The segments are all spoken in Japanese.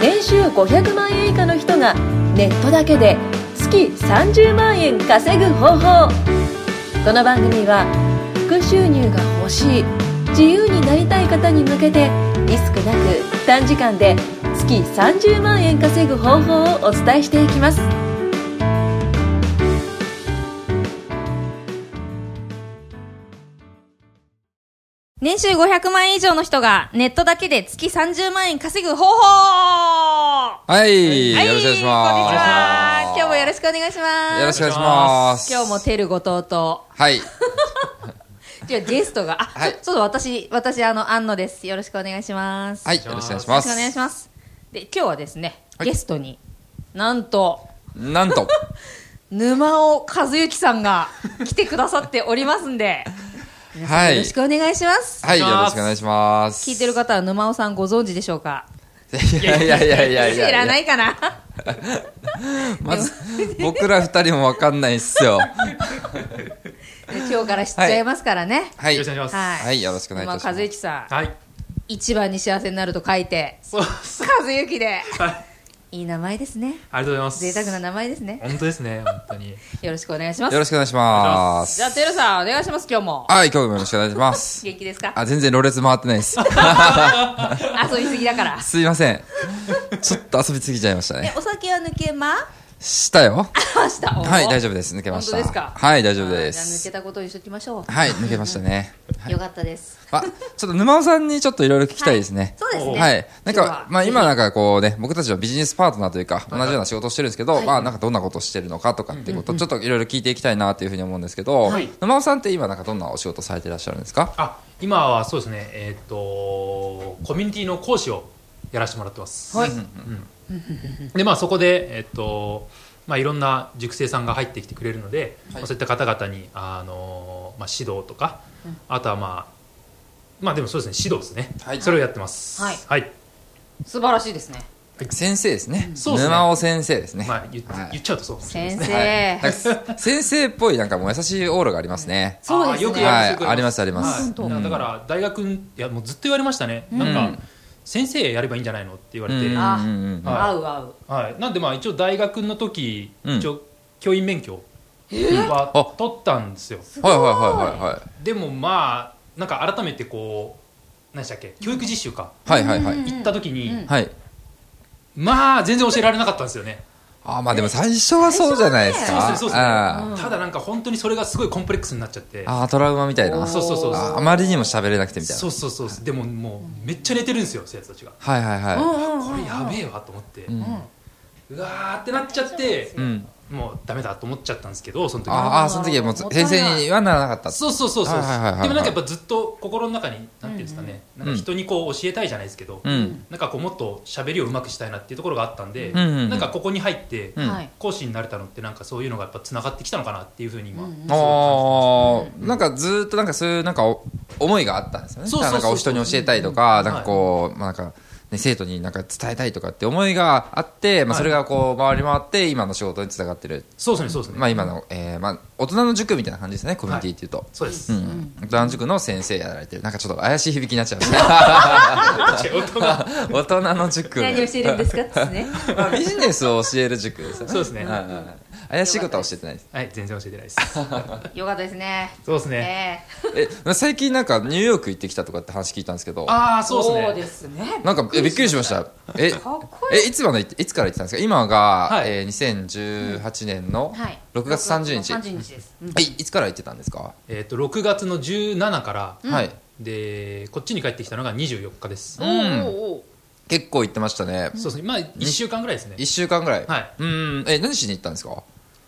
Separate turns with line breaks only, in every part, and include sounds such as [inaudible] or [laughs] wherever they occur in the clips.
年収500万円以下の人がネットだけで月30万円稼ぐ方法この番組は副収入が欲しい自由になりたい方に向けてリスクなく短時間で月30万円稼ぐ方法をお伝えしていきます
年収500万円以上の人がネットだけで月30万円稼ぐ方法
はい、よろしくお願いします。
こんにちは。今日もよろしくお願いします。
よろしくお願いします。
今日もテル後藤と、
はい。
じゃあゲストが、あ、
はい
ちょちょっと私、私、あの、安野です。よろしくお願いします。
はい、
よ
よろしくお願いし
ろ
ま
しくお願いし
す。
ます。で、今日はですね、
はい
ゲストに、なんと、
なんと、
沼尾和之さんが来てくださっておりますんで、
は
よ
い
ろし。くお願いします。
はい、よろしくお願いします。
聞いてる方は沼尾さんご存知でしょうか
いやいやいやいやいや。
知らないかな
まず、僕ら二人もわかんないっすよ。
今日から知っちゃいますからね。
はい。
よろしくお願いします。
はい、よろしくお願いい
ま
た
あ、
しま
和
す。
之さん、
はい。
一番に幸せになると書いて、
そうそう。
和之で、
はい。
いい名前ですね。
ありがとうございます。
贅沢な名前ですね。
本当ですね、本当に。
よろしくお願いします。
よろしくお願いします。
じゃあ、テルさん、お願いします、今日も。
はい、今日もよろしくお願いします。
元気ですか
あ、全然ろれつ回ってないです。
遊びすぎだから。
すいません。ちょっと遊びすぎちゃいました
え
ね。、
お酒は抜けま
したよ。
ました。
はい、大丈
夫。
夫です。抜けました。
本当ですか
はい、大丈夫で
あーじゃあ抜け
す。
たことにしときましょう。
はい、抜けましたね。
よかったです。
あ、ちょっと沼尾さんにちょっといろいろ聞きたいですね。
そうですね。
はい。なん
今日は
か、まあ今なんかこうね、僕たちはビジネスパートナーというか、同じような仕事をしてるんですけど、まあなんかどんなことをしてるのかとかっていうことをちょっといろいろ聞いていきたいなというふうに思うんですけど
はい、
沼尾さんって今なんかどんなお仕事されてらっしゃるんですか
あ、今はそうですね、えっ、と、コミュニティの講師をやらせてもらってます。
はい
うんで、まあそこで、えっ、と、まあいろんな塾生さんが入ってきてくれるので、まあそういった方々に、あの、まあ指導とか、あとはまあ、まあでもそうですね、指導ですね。
はい
それをやってます。
はい
はい。
素晴らしいですね。
先生ですね。
そうですね
沼尾先生ですね。
まあ言,、
はい
言っちゃうとそうかもしれないです
先
ね。
はい
生
な。んか先生っぽいなんかもう優しいオーラがありますね。
そうですね
あーよくやる
はいありますあります
本当
だから大学いやもうずっと言われましたね。な
うんん
か先生やればいいんじゃないのって言わ
う
れ
ん
て、
うん
あ
うん
はい
合う合う。
はい。なんでまあ一応大学の時、
うん
一応教員免許
あ
は取ったんですよ。
はいはいはいはいはい。
でもまあなんか改めてこう何でしたっけ教育実習か
はいはいはい。
行った時に、
うん
はい。
まあ全然教えられなかったんですよね。
あーまあでも最初はそうじゃないです
そうです
か。
ねそうですね。
あ
ただなんか本当にそれがすごいコンプレックスになっちゃって。
ーあー、トラウマみたいな。あ
そうそうそうそう。
ーあまりにも喋れなくてみたいな
そう。そうそうそう。でももうめっちゃ寝てるんですよ生徒たちが。
はいはい
うん
は
うん
これやべえわと思って、
い。うん
うわーってなっちゃって
う、ん。
もうダメだと思っちゃったんですけどその時は
ああ、その時はもう
もったいな
先
い
生にはならなかった。
そうそうそうそう、
はいはいはいはいはい
でもなんかやっぱずっと心の中になんていうんですかね、
ん
なんか人にこう教えたいじゃないですけど、
うん。
なんかこうもっと喋りをうまくしたいなっていうところがあったんで、
うんうんうん
なんかここに入って、
うん
はい。
講師になれたのってなんかそういうのがやっぱつながってきたのかなっていうふうに今、
うんうん
すごい感じてます
ああ、なんかずーっとなんかそういうなんかお思いがあったんですよね。
そうそうそう
なんかお人に教えたいとか、
ん
なんかこう、まあなんか、ね、生徒になんか伝えたいとかって思いがあって、まあ
はい
それがこう回り回って今の仕事につながってる。
そうですねそうですね、
まあ今の、えーまあ大人の塾みたいな感じですね、コミュニティっていうと。
そうです、
う
うん
ん。大人の塾の先生やられてる。なんかちょっと怪しい響きになっちゃいまし
[laughs] 大
[laughs]
人が
た。大人の塾。
何を教えるんですかっつって
[laughs]
ね。
まあビジネスを教える塾ですよね。
そうですね
はいはいはい怪しいことは教えてないです。
はい全然教えてないです
よかったですね。
そうですね、
ね
え最近なんかニューヨーク行ってきたとかって話聞いたんですけど
ああそうですね
すね。
なんかえびっくりしましたえ
かっこいい。
えいつまでいいつから行ってたんですか今が、
はい
えー、2018年の
はい。
6月30日、
30日です。うん
えいつから行ってたんですか、
えっと6月の17から、
はい
でこっちに帰ってきたのが24日です、
うん
おうおうおう
結構行ってましたね、
そうですねまあ1週間ぐらいですね
一1週間ぐらい、
はい
うんえ何しに行ったんですか、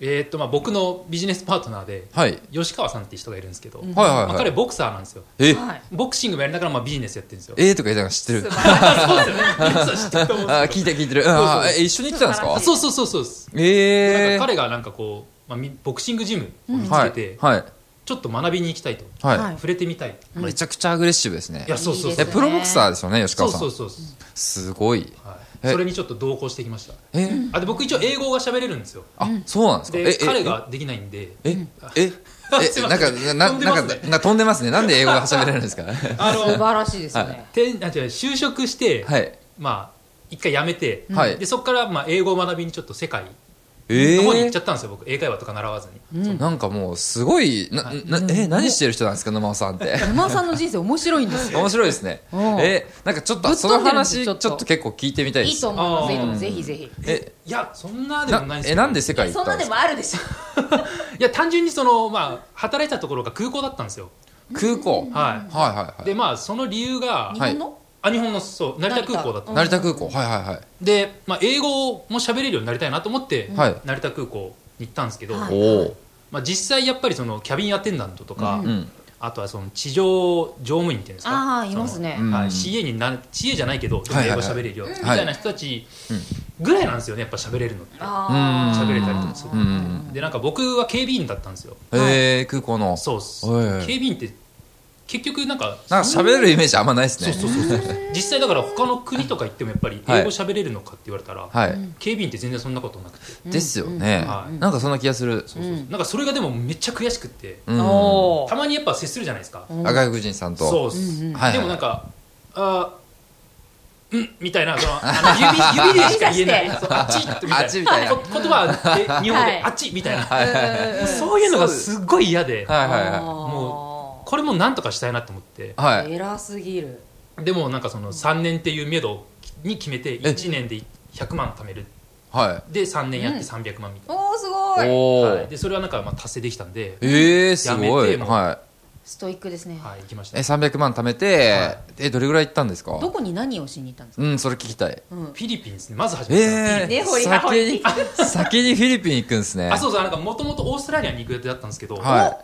えーっとまあ僕のビジネスパートナーで
はい、はい
吉川さんって人がいるんですけど、
はいはい
まあ、彼ボクサーなんですよ
え、
はい。
ボクシングもやりながらまあビジネスやってるんですよ
えーとか言ってたら知ってる
素晴らしい
あそうです
[laughs]
よね皆さん知ってると思うん
あ
ですけ
聞いてる聞いてる、うん、あ
そうそう
え一緒に行ってたんで
素
す
晴
から
どそうそうそうそうです、
え
なん
ー
か彼がなんかこう、まあ、みボクシングジムを見つけて、
はいはい
ちょっと学びに行きたいと、
はい、
はい
触れてみたい
うん
めちゃくちゃアグレッシブですね
いやそうそう
いいで
え
そう
すね
プロボクサーですよね吉
そ
川
う
さん
そうそう、
すごい
はい、
え
それにちょっと同行してきました
え
あで僕一応英語が喋れるんですよ
あ、そうなんですか。
で彼ができないんで
[laughs] え、え、え、
す
え、
いま
なん
せ
か、
ん
な、な
飛んで
な
ま
ん
すね
か、な、飛んでますね。なんで英
[laughs]
語が喋れるんですか。は
あ
素
の
晴らしいですね。
てあ違う就職して、
い。
まあ一回やめて、
はい
でそこからまあ英語を学びにちょっと世界
え
の方に行っちゃ
ー、
ったんですよ、僕英会話とか習わずに、
なんかもうすごいな、なえ何してる人なんですか沼尾さんって
[laughs] 沼尾さんの人生面白いんですよ。
面白いですね
うん
えなんかちょっ
ぶ
と
っ飛
そ
んでる
の
んです
話ち
ち
ょ
ょ
っ
っと
と結構聞いてみたいで
いい
す
と思います。
あー
いいと思うぜひぜひ。
え
いやそんなでも
な
ないですけ
え
ど
なんで世界行
そ
っ
ん
た
なん
で
ですも
か
あるでしょ。
いや単純にその、まあ、働いてたところが空港だったんですよ、
空港はい
は
はい
い、
はい
でまあその理由が
日本の
あ日本のそう成田空港だった、
うん
成田空港はいはいはい
で、まあ、英語も喋れるようになりたいなと思って、
はい
成田空港に行ったんですけど、
はい
おお
まあ、実際やっぱりそのキャビンアテンダントとか、
う
うん
あとはその地上乗務員っていうんですか
あーいますね
そのはい
うん
CA, にな CA じゃないけどでも
はい
英
はい
語
はい
喋れるよみ
ん
たいな人たちぐらいなんですよねやっぱ喋れるのって
あ
喋れ
ー
たりとかする
うんうん
でなんか僕は警備員だったんですよ
えー、空港の
そうっす
はい
警備員って結局なんか
なんか喋れるイメージあんまないですね
そうそうそう
[laughs]
そう実際だから他の国とか行ってもやっぱり
はい
英語喋れるのかって言われたら、
はい、
警備員って全然そんなことなくて
ですよね、
うんうん
なんかそんな気がする
そうそうそうなんかそれがでもめっちゃ悔しくって
うん
お
た
ー
まにやっぱ接するじゃないですか、
うん
あ外国人さんと
そうっす、
うんうん
はいはい
でもなんかあーうんみたいなそのあの指 [laughs] 指でしか言えないそうあっちみたいな
あっちみたいな
こ言葉
[laughs]
はで日本語で、
はい
あっちみたいな、
はいはいはい
うん
そういうのがすっごい嫌で
はいはいは
も
これもなんとかしたいなと思って
いはい
偉すぎる。
でもなんかその3年っていう目処に決めて1年で100万貯める
は
で3年やって300万みたい
おおすご
い
い。
おお、
な、はいでそれはなんかまあ達成できたんで、
えー、すご
やめ
い
てもう
はい
ストイックですね。
はい、行きまし
え
たフ
300万貯めて、
は
えどれぐらい行ったんですか
どこに何をしに行ったんですか。
うんそれ聞きたい
うん。
ィリピンですねまず初めて、
え
ね
ー、
ほりはほり
先
[laughs]
に先にフィリピン行くんですね
あそうそうなんかもともとオーストラリアに行く予定だったんですけど、
は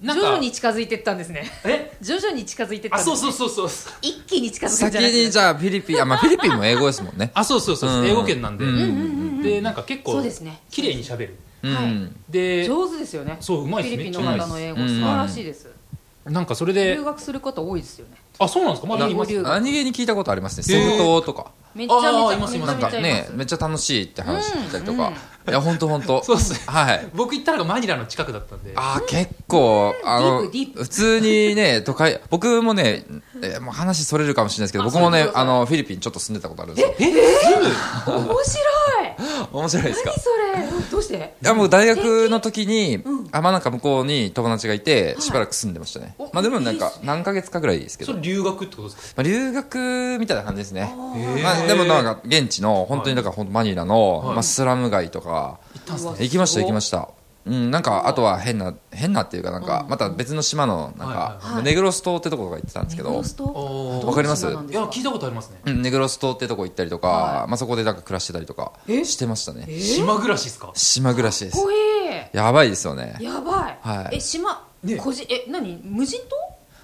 なん
徐
か
々に近づいてったんですね。 [laughs]
え
徐々に近づいてった
あ
んです
そ
ね。
うそうそうそう
一気に近
い
づくん
先
じゃなくて
にじゃあフィリピンあ、まあ、フィリピンも英語ですもんね
あそうそうそう、
うん
英語圏なんで、
うん
でなんか結構
そうですね
綺麗にしゃべる
うん、
はい
で
上手ですよね。
そううまい
フ
で
ィ
す
リピンの
めっちゃうま
方
い
の英語
うん
素晴らしいです。
なんかそれ
留
で
学する方多いですよね。
あそうなんですかまだいます
留学
何気に聞いたことありますね
へー
ソフトとか
めっちゃめち
あー
ゃ
いますい
め
ま
ち
す
ゃめ
なんか
ちゃい
ね
ます。
めっちゃ楽しいって話聞いたりとか、いや本当本当
そうっす
はい
僕行ったのがマニラの近くだったんで
あー結構あの
ディープディープ
普通にね都会僕もね、えーもう話それるかもしれないですけど僕もねあのフィリピンちょっと住んでたことあるんですよ
面白い。
面白いですか
何
い
それ。どうして。
やもう大学の時に、あまあなんか向こうに友達がいてしばらく住んでましたね、
お
まあでもなん
いい
か
っす
何ヶ月かぐらいですけ
そ
ど、ま
れ留学ってことです
あ、
か
留学みたいな感じですね
ー
まあ、でもなんか現地の本当にだから本当マニラの、
はい
まあ、スラム街とか
行ったんです
う
か
わ
行きました行きましたうん、なんかあとは変な変なっていうかなんかまた別の島のなんか
はい
はいはい
ネグロス島ってとことか行ってたんですけど、
ネグロス島
お
わ
ー
かります
どうなん
い
です
や
か
聞いたことありますね
うんネグロス島ってとこ行ったりとか、
は
まあ、そこでなんか暮らしてたりとかしてましたね
島暮らしですか
島暮らしです
怖え
やばいですよね
やばい、
はい
え島、
ね
こじえ何無人島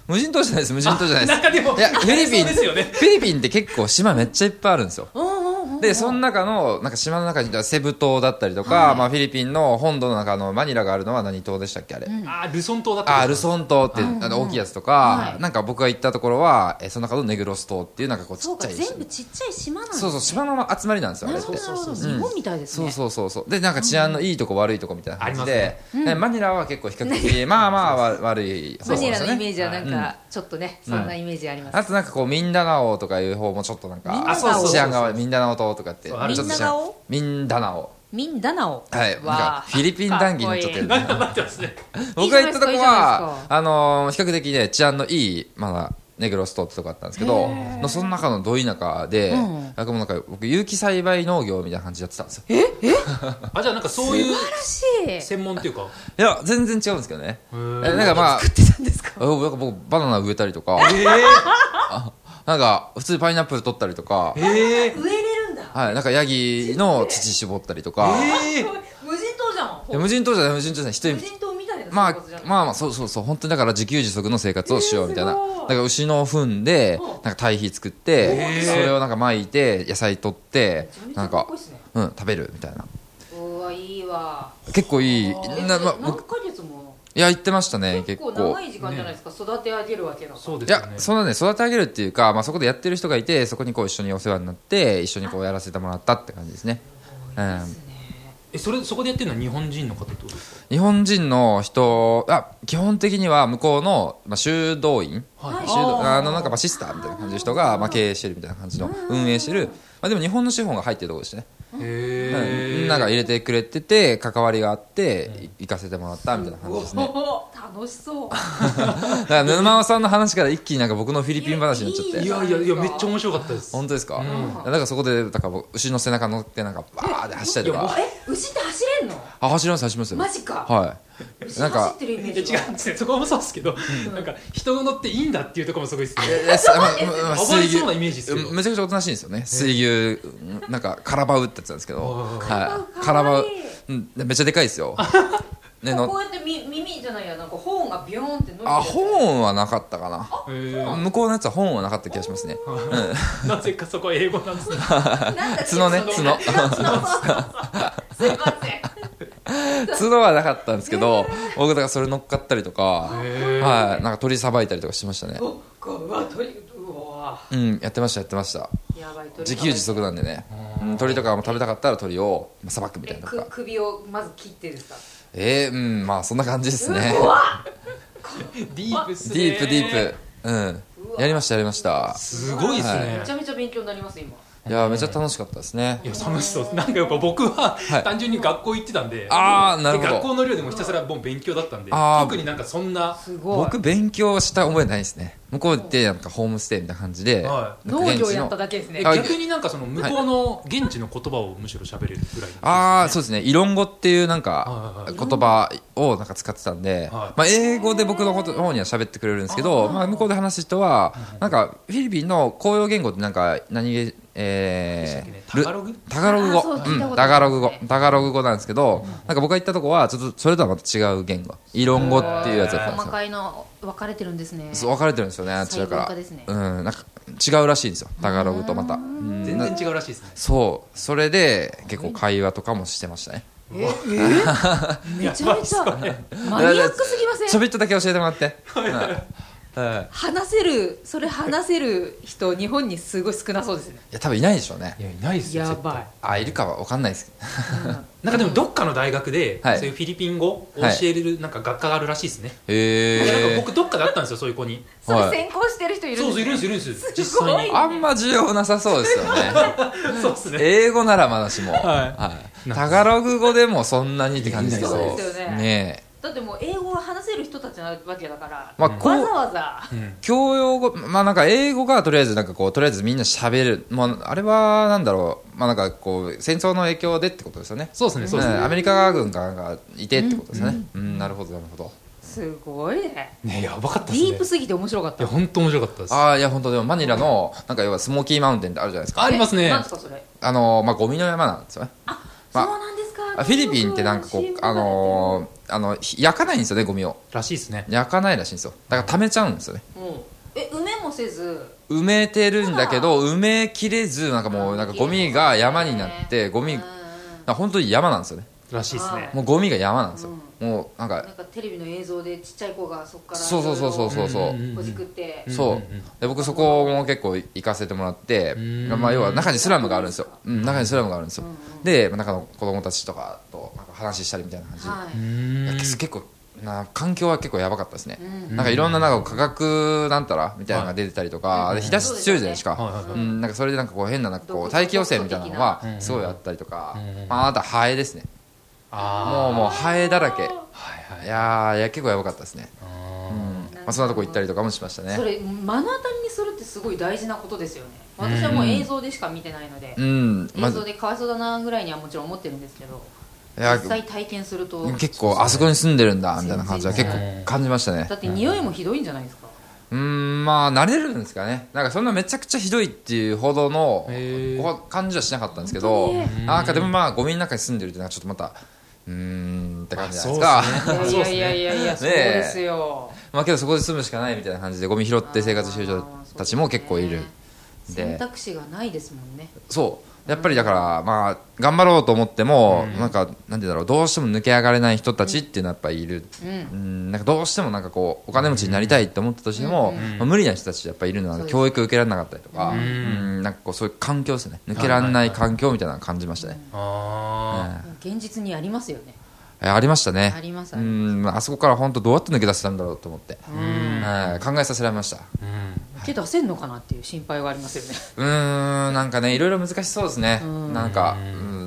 無人島じゃないです無人島じゃないです
なんかでも
いやフィリピン
そうですよね
フィリピンって結構島めっちゃいっぱいあるんですよ
うんうんうん
でその中のなんか島の中にセブ島だったりとか、まあ、フィリピンの本土の中のマニラがあるのは何島でしたっけあれ、
あールソン島だった
あール
ン
ソン島って、あの大きいやつとか、
はい
なんか僕が行ったところは、えーその中のネグロス島っていうなんかこうち
そ
っ
うか
ちゃい
全部ちっちゃい島なんです、ね、
そうそう島の集まりなんですよあ
な
れ
る
って
ほどなるほど、
うん
日本みたいですね
そうそうそうそうでなんか治安のいいとこ悪いとこみたいな感じ
あり
で、ねマニラは結構比較的まあまあわ悪い方
マ
なん
ニ
で
ラ
す
の
よ
イメ
ね
ージはなん
は
かちょっとね、そんなイメージあります、
あとなんかこうミンダナオとかいう方もちょっとなん
ミン
か
ダナオあそうそうそう
治安が悪いミンダナオ島とかってち
そ
ょ
うあ
っ
る
と治安ミンダナオ
ミンダナオ
はいなんかフィリピン談義になっちゃってる
かこ
島なってますね
僕が行ったとこ
いいじゃないで
は
す
あのー比較的ね治安のいいまだネグロス島ってとこだったんですけどのその中のど田舎で、
うん
なんかもうなんか僕有機栽培農業みたいな感じでやってたんですよ
あじゃあなんかそういう
素晴
[laughs]
らしい
専門っていうか
いや全然違うんですけどねえ
ー
なんかまあ
作ってたんですか
あなんか僕バナナ植えたりとか、あなんか普通にパイナップル取ったりとか、
ええ
植えれるんだ
はい、なんかヤギの土絞ったりとか、
無人島じゃんほ
いや無人島じゃない無人島じゃない一
無
人
人島みたいな
まあ
生活じゃん
まあまあそうそうそう本当にだから自給自足の生活をしようみたいな、
えーすごい
だから牛の糞でなんか堆肥作って、
えー
それをなんか撒いて野菜取って
めちゃ
な
めちゃ
ん
かっ
か
こいいっすね
うん食べるみたいな
うわいいわ
結構いい
え
な、まあ、
何
僕
ヶ月も
いや行ってましたね
結
結
構
構
長い時間じゃないですか、育て上げるわけだから
そうで
い
すよ
や
ね
そんなね育て上げるっていうか、まあ、そこでやってる人がいてそこにこう一緒にお世話になって一緒にこうやらせてもらったって感じですね、うん、
えそれそこでやってるのは日本人の方ってことですか
日本人の人あ基本的には向こうの、まあ、修道院、
はい
修道あのなんかまあシスターみたいな感じの人が、まあ、経営してるみたいな感じの運営してるあ、でも日本の資本が入ってるところですね、うんみ
へ
ん
え
なが入れてくれてて関わりがあってい行かせてもらったみたいな感じですね
楽しそう
だから沼尾さんの話から一気になんか僕のフィリピン話になっちゃって
いやいやいやめっちゃ面白かったです
本当ですか、
うん
だからそこでだから僕牛の背中乗ってなんかバーって走ったりと
いや
か
僕
え牛って走れんの
あ走ります走ります
マジか
はい
牛
なん
走
か
ってるイメ
いや違
ージ
うんですねそこもそうですけど、なんか人乗っていいんだっていうところもすごいですね
ええすままま
暴れ
水
そう
牛
なイメージですけど
めちゃくちゃおとなしいんですよね水牛うんなんかカラバウってやつなんですけど、
おー
はい、
カ
カ
ラ
ラ
バ
バ
ウ
ウうんでめっちゃでかいです
[laughs]
よね
こ
の
うやってみ耳じゃないやなんかホーンがビヨーンって伸びてる
あホーンはなかったかな
へー
向こうのやつはホーンはなかった気がしますね
なぜかそこは英語なんですね
なんだっけ
角ね
そ
角
のすいま
角はなかったんですけど僕だからそれ乗っかったりとか、
へー
はい、なんか鳥さばいたりとかしましたね
せんおこうわ鳥うわ
うんやってましたやってました
やばい鳥
自給自足なんでね、うん、鳥とかも食べたかったら鳥をまあさばくみたい
え
なと
く
か
首をまず切ってですか
えー、うんまあそんな感じですね
うわ
ディープっす
デ
ね
ィープディープうん
うわ
やりましたやりました
すごいですね、
は
めちゃめちゃ勉強になります今
いやめっちゃ楽しかったですね
いや楽しそうなんかやっぱ僕は
はい
単純に学校行ってたんで、
あーなるほど
で学校の寮でもひたすらもう勉強だったんで
あー
特になんかそんな
すごい
僕勉強した覚えないですね向こう行ってなんかホームステイみたいな感じで、
は
なんか
農
現地
業
の
やっただけですね
え
あ
逆になんかその向こうの現地の言葉をむしろ喋れるぐらいなんですね
ああそうですね「異論語」っていうなん
は
か
いはい
言葉をなんか使ってたんで、
はい
まあ、英語で僕のこと方には喋ってくれるんですけどまあ、向こうで話す人はなんかフィリピンの公用言語ってなんか何げえ
でしたっけね
ー、
タガログ
タガログ語
あーそう聞いたことあります
うんタガログ語タガログ語なんですけどなんか僕が行ったとこはちょっとそれとはまた違う言語「異論語」っていうやつだったんで
細
すよ
かいの分かれてるんですね
そう分かれてるんですよねあちら
細分
か
化
ら、
ですね
うんなんか違うらしいんですよタガログとまたうん
全
な
然違うらしいですね
そうそれで結構会話とかもしてましたね
めちゃめちゃマニアックすぎませ
ちょ
ん
びっとだけ教えてもらってうんうんい
話せるそれ話せる人日本にすごい少なそうですね
や多分いないでしょうね
いやいないですよ
や
絶対
ばい
あいるかは分かんないですけ
なんかでもどっかの大学で、
はい
そういうフィリピン語を教えるなんか学科があるらしいですね、
どへ
いやなん
え
か僕どっかであったんですよそういう子に
それ
はい
先行してる人いる
そ
ん
うそういるん
で
ですす
ね
よいるんですよ
す
実
ごい
際に
あんま需要なさそうですよね
そうですね
英語ならまだしも、
はい
はいタガログ語でもそんなにって感じですけど
そうですよね
ねえ
だってもう英語を話せる人たちなわけだから
まあ
わ
こ
ざ
う
わざ
うん
教養語まあなんか英語がとりあえずなんかこうとりあえずみんな喋るまああれはなんだろうまあなんかこう戦争の影響でってことですよね
そうですねそうですね
んアメリカ軍がなんかいてってことですねうん、なるほどなるほど
すごいね
ねやばかっ
デ
たですね
ィープすぎて面白かっ
い
た
や本当面白かったです
ああいや本当でもマニラのなんか要はスモーキーマウンテンってあるじゃないですか
ありますね
なんですかそれ
あのーまあゴミの山なんですよね
そう
まあ
なんですか
あフィリピンってなんかこうあのーあの焼かないんですよねゴミを
らしいですね
焼かないらしいんですよだから溜めちゃうんですよね
もうえ埋めもせず
埋めてるんだけど埋めきれずなんかもうなんかゴミが山になってゴミ
うん
だから本当に山なんですよね
らしいですね
もうゴミが山なんですよ、もうなん
な
か
んかテレビの映像でちっちゃい子がそこから
そうそうそうそうそうそ
うんうんうん
ほじくって
そう、
うんうんうん
で僕そこも結構行かせてもらって、
ん
まあ、要は中にスラムがあるんですよ、うん、中にスラムがあるんですよ、でまあ中の子供たちとかとなんか話したりみたいな感じ、
は
う
い
いや
ーん
結構な環境は結構やばかったですね、なんかいろんななんか科学なんたらみたいなのが出てたりとか、で日差し強いじゃないですか、
はいはいはい
うん、なんかそれでなんかこう変ななんかこ
独
う
特
大気汚染みたいなのは
独特的な
すごいあったりとか、
うん
まあ、あとはハエですねも
あ
うもうハエだらけ
あはいはい
いやーいや結構やばかったですね、
あ
うん
ー
まあ、そんなとこ行ったりとかもしましたね
それ目の当たりにするってすごい大事なことですよね私はもう映像でしか見てないので
うんま
映
ず
像でかわいそうだなぐらいにはもちろん思ってるんですけど
いや
実際体験すると
結構あそこに住んでるんだみたいな感じは結構感じましたね
だって匂いもひどいんじゃないですか
うーんまあ慣れるんですかねなんかそんなめちゃくちゃひどいっていうほどの
へー
ここ感じはしなかったんですけどなんかでもまあゴミの中に住んでるっていうのはちょっとまたうーんって感じじゃないですか、
まあそうですね
いやいやいやいやそうですよ
[laughs] まあけどそこで住むしかないみたいな感じでゴミ拾って生活してる人たちも結構いるん
選
で
択肢がないですもんね
そうやっぱりだからまあ頑張ろうと思ってもなんかなんて言うんだろうどうしても抜け上がれない人たちっていうのはやっぱいる
うん
うんなんかどうしてもなんかこうお金持ちになりたいって思ったとしても、まあ無理な人たちやっぱいるの
そう
は
です
教育受けられなかったりとか、うんんなんかこうそういう環境ですね抜けられない環境みたいなの感じましたね、
あ
現実にありますよね
えーありましたね
ありますあ
う
りま
んあそこから本当どうやって抜け出せたんだろうと思って、
すうん
はい考えさせられました、
ーうん
手出せんのかなっていう心配はありますよね。
うーんなんかねいろいろ難しそうですね
うん
なんかう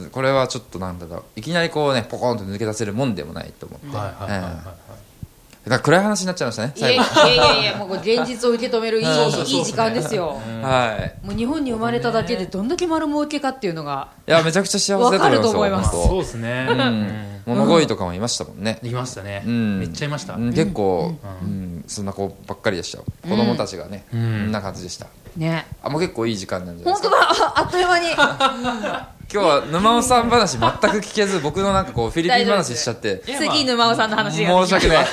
んこれはちょっとなんだろういきなりこうねポコンと抜け出せるもんでもないと思って
はいはいはいはい
うん
はい
なんか暗い話になっちゃいましたね
いや
最
い
後
やいやいや、もうこれ現実を受け止めるいい
そうそうそう
いい時間ですよ。
はい
もう日本に生まれただけでどんだけ丸儲けかっていうのが。
いやめちゃくちゃ幸せだと思います
まあ
よ
そう
本
ですね。
当うん物乞いとかもいましたもんね
できましたね。
うん
めっちゃいました。
うん結構うんそんな子ばっかりでしたよ子供たちがねこ
うん
んな感じでした
ね。
あもう結構いい時間なんじゃないで
本
すか
当だああっという間
[laughs]
に
今日は沼尾さん話全く聞けず僕のなんかこうフィリピン話しちゃって
いや
次、沼尾さんの話が。
申し訳ない
やっ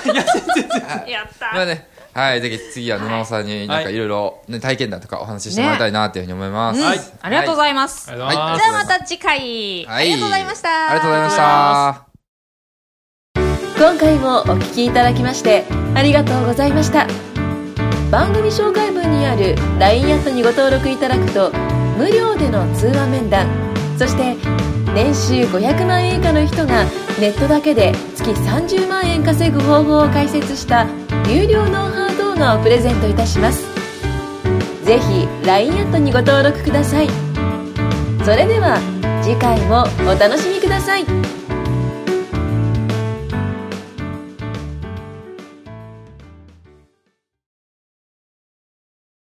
た
まあね、はい、ぜひ次は沼尾さんになんかいろいろね体験談とかお話ししてもらいたいなというふうに思います。
はい
ありがとうご
い
ざいます。
ありがとうございます
じゃあまた次回、
は
あ
い
りがとうございました
ありがとうございました。
今回もお聞きいただきましてありがとうございました番組紹介文にある LINE アットにご登録いただくと無料での通話面談そして年収500万円以下の人がネットだけで月30万円稼ぐ方法を解説した有料ノウハウ動画をプレゼントいたしますぜひ LINE アットにご登録くださいそれでは次回もお楽しみください